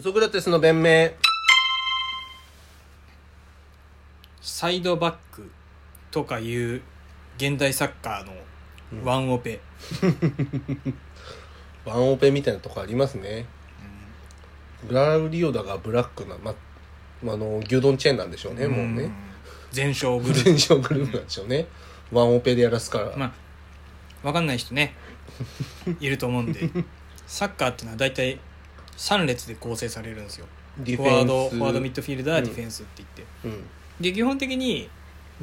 ソクラテスの弁明サイドバックとかいう現代サッカーのワンオペ、ワンオペみたいなとこありますねグラウリオダがブラックな、ま、まあの牛丼チェーンなんでしょうね、もうね全勝グルー全勝グループなんでしょうねワンオペでやらすから、プまあわかんない 人ねいると思うんでサッカーっていうのは大体3列で構成されるんですよデフォワードフォワードミット、ドフィールダうーんディフェンスって言って、うんで基本的に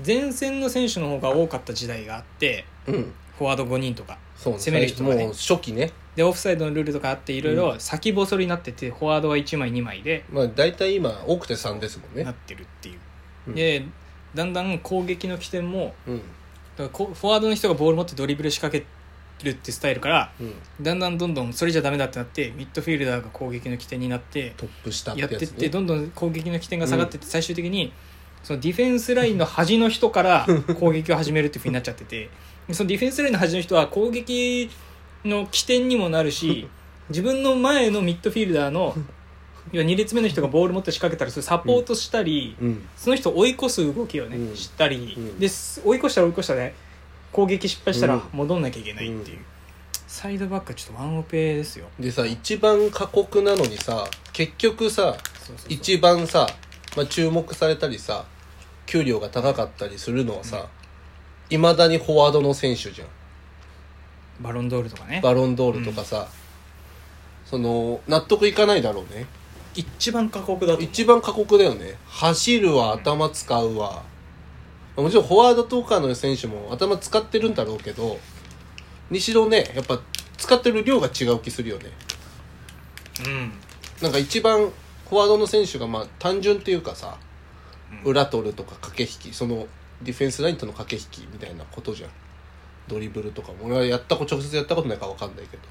前線の選手の方が多かった時代があってうん、フォワード5人とかそう攻める人がね最初もう初期ね、でオフサイドのルールとかあっていろいろ先細りになっててフォワードは1枚2枚でまあ、大体今多くて3ですもんなねってるっていう、うんでだんだん攻撃の起点もうんだからこフォワードの人がボール持ってドリブル仕掛けるってスタイルからうんだんだんどんどんそれじゃダメだってなってミッドフィールダーが攻撃の起点になってトップ下ってややっつ、ね、てってどんどん攻撃の起点が下がってって最終的にそのディフェンスラインの端の人から攻撃を始めるっていうふうになっちゃっててそのディフェンスラインの端の人は攻撃の起点にもなる し自分の前のミッドフィールダーの2列目の人がボール持って仕掛けたりそれサポートしたり、うんその人を追い越す動きをね、うん知ったり、うんです追い越したら追い越したで攻撃失敗したうんら戻んなきゃいけないっていう、うんサイドバックはちょっとワンオペですよでさ一番過酷なのにさ結局さそうそうそう一番さ、まあ、注目されたりさ給料が高かったりするのはさいま、未だにフォワードの選手じゃんバロンドールとかねバロンドールとかさ、その納得いかないだろうね一番過酷だと思う一番過酷だよね走るわ頭使うわもちろんフォワードとかの選手も頭使ってるんだろうけどにしろねやっぱ使ってる量が違う気するよねうんなんか一番フォワードの選手がまあ単純っていうかさ、うん裏取るとか駆け引きそのディフェンスラインとの駆け引きみたいなことじゃんドリブルとかも俺はやったこ直接やったことないから分かんないけど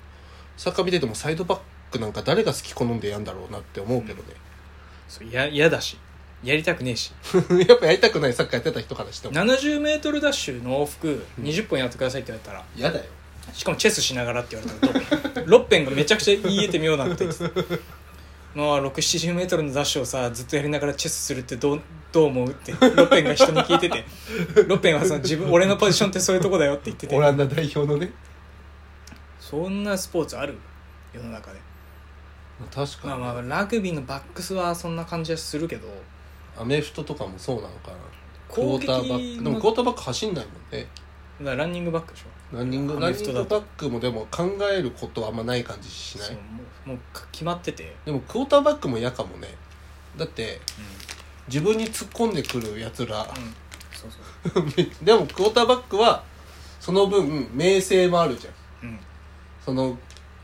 サッカー見ててもサイドバックなんか誰が好き好んでやんだろうなって思うけどね、そうや嫌だしやりたくねえし やっぱやりたくないサッカーやってた人からしても7 0ルダッシュの往復20本やってくださいって言われたら、嫌だよしかもチェスしながらって言われたらとロッペンがめちゃくちゃ言えてみようなこと言ってたまあ6 7 0ルのダッシュをさずっとやりながらチェスするってどうどう思うってロッペンが人に聞いててロッペンはその自分俺のポジションってそういうとこだよって言ってオてランダ代表のねそんなスポーツある世の中で確かまあに、まあラグビーのバックスはそんな感じはするけどアメフトとかもそうなのかなクォ攻ー撃ターバックでもクォーターバック走んないもんねだからランニングバックでしょランニングアランニメフントグだバとックもでも考えることはあんまない感じしないそうもうもうか決まってて、でもクォーターバックも嫌かもねだって自分に突っ込んでくるやつら う、んそうそう、でもクォーターバックはその分名声もあるじゃんうん、その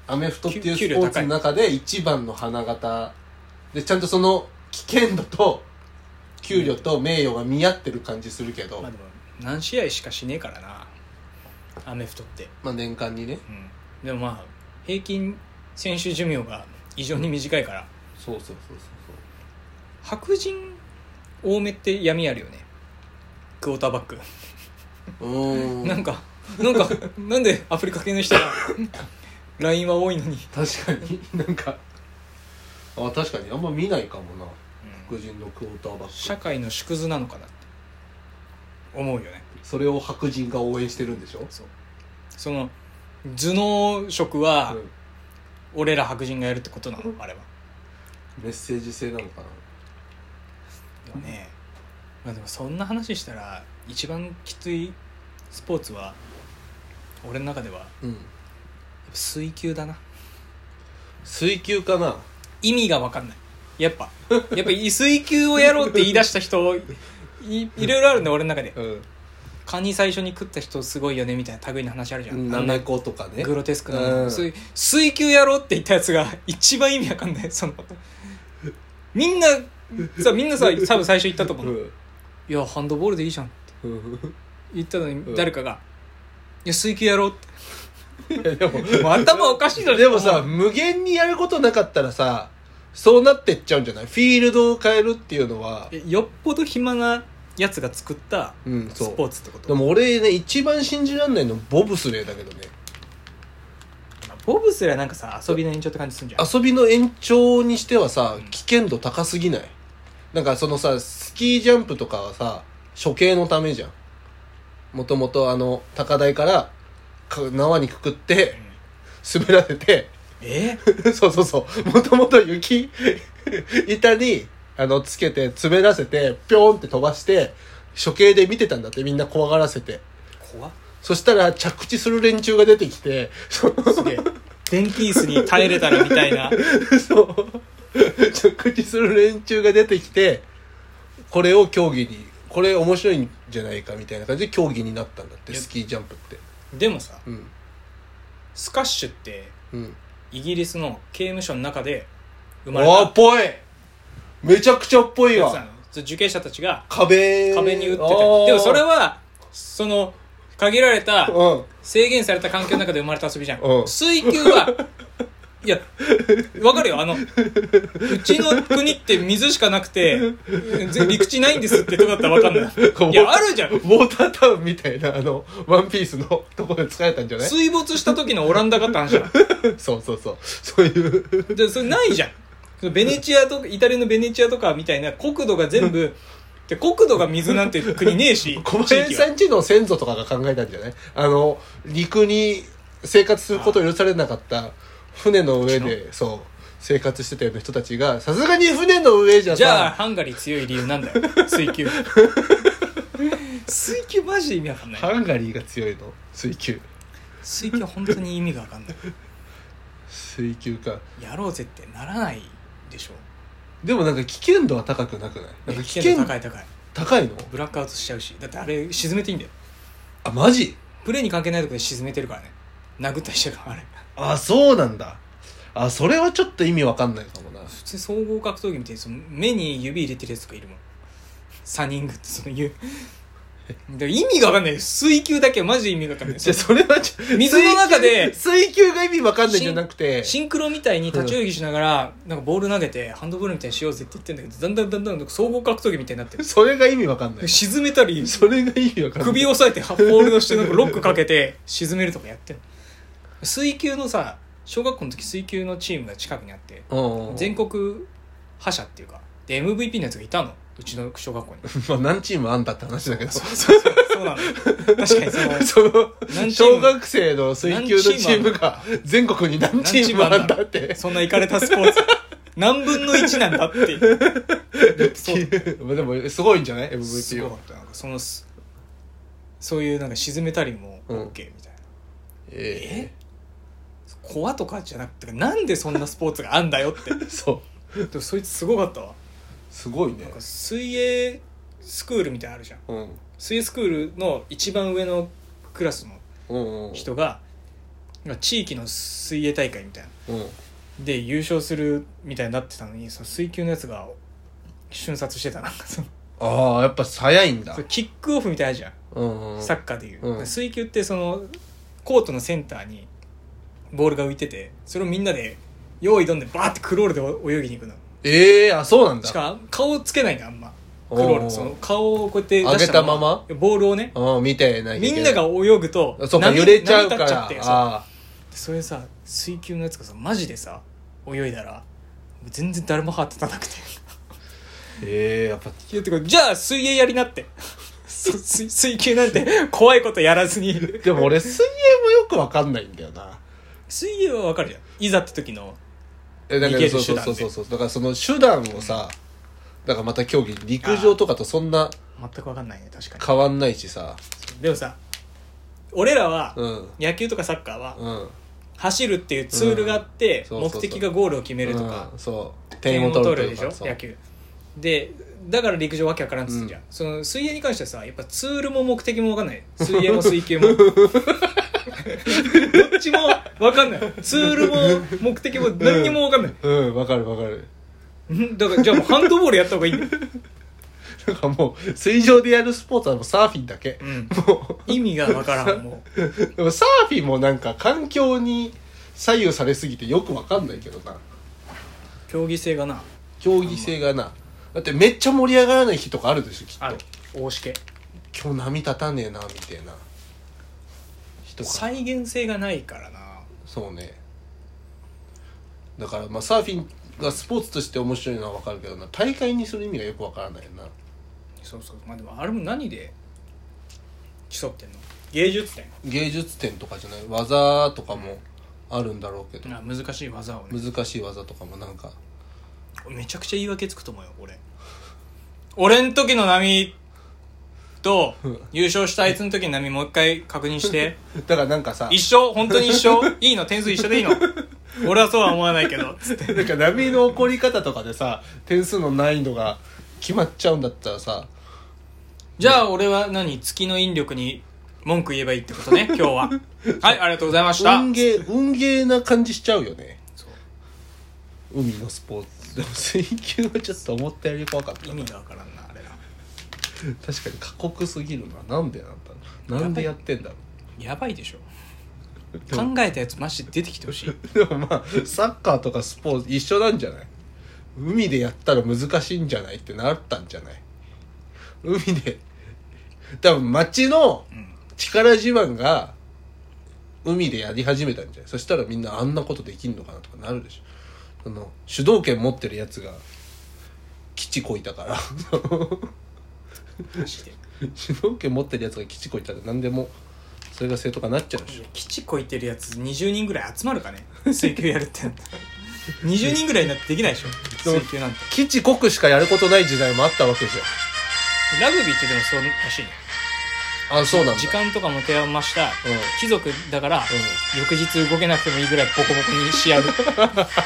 アメフトっていう給ス給ポ料ー高ツいの中で一番の花形でちゃんとその危険度と給料と名誉が見合ってる感じするけど、まあでも何試合しかしねえからなアメフトって、まあ年間にねうん、でもまあ平均選手寿命が異常に短いからそうそうそうそう白人多めって闇あるよねクォーターバックそううーん なんかなんかなんでアフリカ系の人がラインは多いのに、確かになんかあ確かにあんま見ないかもなうん黒人のクォーターバッ社ク会の縮図なのかなって思うよねそれを白人が応援してるんでしょ、そうその頭脳色はうん俺ら白人がやるってことなのあれはメッセージ性なのかなでもね、まあ、でもそんな話したら一番きついスポーツは俺の中ではやっうんぱ水球だな水球かな意味が分かんないやっぱやっぱ水球をやろうって言い出した人いいろいろあるんだ俺の中でうんカニ最初に食った人すごいよねみたいな類の話あるじゃん、なめことかねグロテスクな、うんそういう水球やろうって言ったやつが一番意味わかんないそのみんなさみんなさ多分最初言ったと思う、いやハンドボールでいいじゃんってうん言ったのうにん誰かが「いや水球やろう」っ ていやでももう頭おかしいだろでもさ無限にやることなかったらさそうなってっちゃうんじゃないフィールドを変えるっていうのはえよっぽど暇なやつが作ったうんスそうポーツってこと、でも俺ね一番信じられないのボブスレーだけどねまあフォーブスらなんかさ遊びの延長って感じするんじゃん遊びの延長にしてはさうん危険度高すぎないなんかそのさスキージャンプとかはさ処刑のためじゃんもともとあの高台からか縄にくくって滑らせて えそうそうそうもともと雪 板にあのつけて滑らせてピョーンって飛ばして処刑で見てたんだってみんな怖がらせて怖っそしたら着地する連中が出てきてそのすげえ電気椅子に耐えれたらみた いなそう。着地する連中が出てきて、これを競技に、これ面白いんじゃないかみたいな感じで競技になったんだって、いやスキージャンプって。でもさうん。スカッシュってうん。イギリスの刑務所の中で生まれあー、たっぽいめちゃくちゃっぽいやつなわのそう受刑者たちが壁。壁に打っててあーでもそれ、はその限られたうん。制限された環境の中で生まれた遊びじゃん、うん水球 はいやわかるよあのうちの国って水しかなくてぜ陸地ないんですってとこだったらわかん ないいやあるじゃんウォータータウンみたいな、あの、ワンピースのとこで使えたんじゃない水没した時のオランダかって話じゃんそうそうそう。そういう。でそれないじゃんそのベネチアとかイタリアのベネチアとかみたいな国土が全部で国土が水なんて国ねえし小地林域さはんちの先祖とかが考えたんじゃないあの陸に生活することを許されなかった船の上でそう生活してたような人たちがさすがに船の上じゃさじゃあハンガリー強い理由なんだよ水球水球マジで意味わかんないハンガリーが強いの水球水球本当に意味がわかんない水球かやろうぜってならないでしょでもなんか危険度は高くなくないなんか危危険険度高度高いい高いのブラックアウトしちゃうしだってあれ沈めていいんだよあマジプレーに関係ないとこで沈めてるからね殴ったりしてるからあれあそうなんだあそれはちょっと意味わかんないかもな普通総合格闘技みたいにその目に指入れてるやつとかいるもんサニングってその言うだから意味がわかんないよ水球だけはマジで意味がわかんないじゃあそれはちょ水の中で水球水球が意味わかんないんじゃなくてシンクロみたいに立ち泳ぎしながら、なんかボール投げてハンドボールみたいにしようぜって言ってんだけどだんだんだんだんなんか総合格闘技みたいになってるそれが意味わかんない沈めたりそれが意味わかんない首を押さえてホールドしてなんかロックかけて沈めるとかやってんの水球のさ小学校の時水球のチームが近くにあってうんうん全国覇者っていうかで MVP のやつがいたのうちの小学校にまあ何チームあんだって話だけどそうそうそうそうなの確かにそ のその何チー小ム学生の水球のチームが全国に何チームあんだってそんなイかれたスポーツ何分の1なんだっていう そうまあでもすごいんじゃないす MVP ごかはったなんかそのすそういうなんか沈めたりもうん OK みたいな、え怖とかじゃなくてなんでそんなスポーツがあんだよってえそうでもそいつすごかったわすごいねなんか水泳スクールみたいなのあるじゃんうん水泳スクールの一番上のクラスのうんうん人がなんか地域の水泳大会みたいなうんで優勝するみたいになってたのにその水球のやつが瞬殺してたなんかそのああやっぱ早いんだそのキックオフみたいなのあるじゃんうんうんサッカーでいう、うん水球ってそのコートのセンターにボールが浮いててそれをみんなで用意どんでバーってクロールで泳ぎに行くのええあそうなんだしかも顔をつけないのあんまクおーロールその顔をこうやって出した上ボールをねうん見てないみんなが泳ぐとそうか波揺れちゃうか波立っちらってそうあそれさ水球のやつがさマジでさ泳いだら全然誰も歯立たなくてーええやっぱいやてかじゃあ水泳やりなって そ水水球なんて 怖いことやらずに でも俺水泳もよくわかんないんだよな水泳はわかるじゃんいざって時のえだか逃げらそうるそう手段そでうそうそうだからその手段をさ、だからまた競技陸上とかとそんな全くわかんないね確か変わんないしさにでもさ俺らはうん野球とかサッカーはうん走るっていうツールがあってうんそうそう目そう的がゴールを決めるとか、うんそう点点をを取取るるでとしょかそう野球でだから陸上わけわからんっつってんじゃん、その水泳に関してはさやっぱツールも目的もわかんない水泳も 水球もどっちもわかんないツールも目的も何にもわかんない、うんわかるわかるん だからじゃあもうハンドボールやった方がいい んだよ、なんかもう水上でやるスポーツはもうサーフィンだけう、ん、も意味がわからんもうう でもサーフィンもなんか環境に左右されすぎてよくわかんないけどな競技性がな競技性がなだってめっちゃ盛り上がらない日とかあるでしょきっとある大しけ今日波立たねえなみたいな人が再現性がないからなそうねだからまあサーフィンがスポーツとして面白いのは分かるけどな大会にする意味がよく分からないよなそうそうまあでもあれも何で競ってんの芸術点芸術点とかじゃない技とかもあるんだろうけど、な難しい技をね難しい技とかもなんかめちゃくちゃ言い訳つくと思うよ俺俺ん時の波と優勝したあいつの時の波もう一回確認 してだからなんかさ一緒本当に一緒いいの点数一緒 でいいの俺はそうは思わないけどつってなんか波の起こり方とかでさ点数の難易度が決まっちゃうんだったらさじゃあ俺は何月の引力に文句言えばいいっ てことね今日ははいありがとうございました運ゲー運ゲーな感じしちゃうよねそう海のスポーツでも水球はちょっと思ったより怖かった意な味がわからんなあれら確かに過酷すぎるななんでなんだろうなんでやってんだろやばいでしょうで考もえたやつマジで出てきてほしい でもまあサッカーとかスポーツ一緒なんじゃない海でやったら難しいんじゃないってなったんじゃない海で多分町のん力自慢が海でやり始めたんじゃないそしたらみんなあんなことできんのかなとかなるでしょその主導権持ってるやつが基地こいたから マジで主導権持ってるやつが基地こいたら何でもそれが正当化になっちゃうでしょ基地こいてるやつ20人ぐらい集まるかね水球やるってなったら20人ぐらいになってできないでしょでも水球なんて基地こくしかやることない時代もあったわけじラグビーってでもそうらしいねゃんあそうなんだ時間とかも手をましたうん貴族だから、翌日動けなくてもいいぐらいボコボコにし合う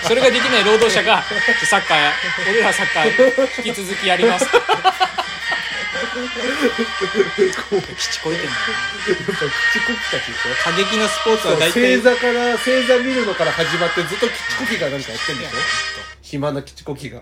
それができない労働者が「サッカー俺らサッカー引き続きやります」基地こいてんだやよっぱ口コキたちでしょ過激なスポーツは大体星座から星座見るのから始まってずっと口コキがなんかやってんでしょ暇な口コキが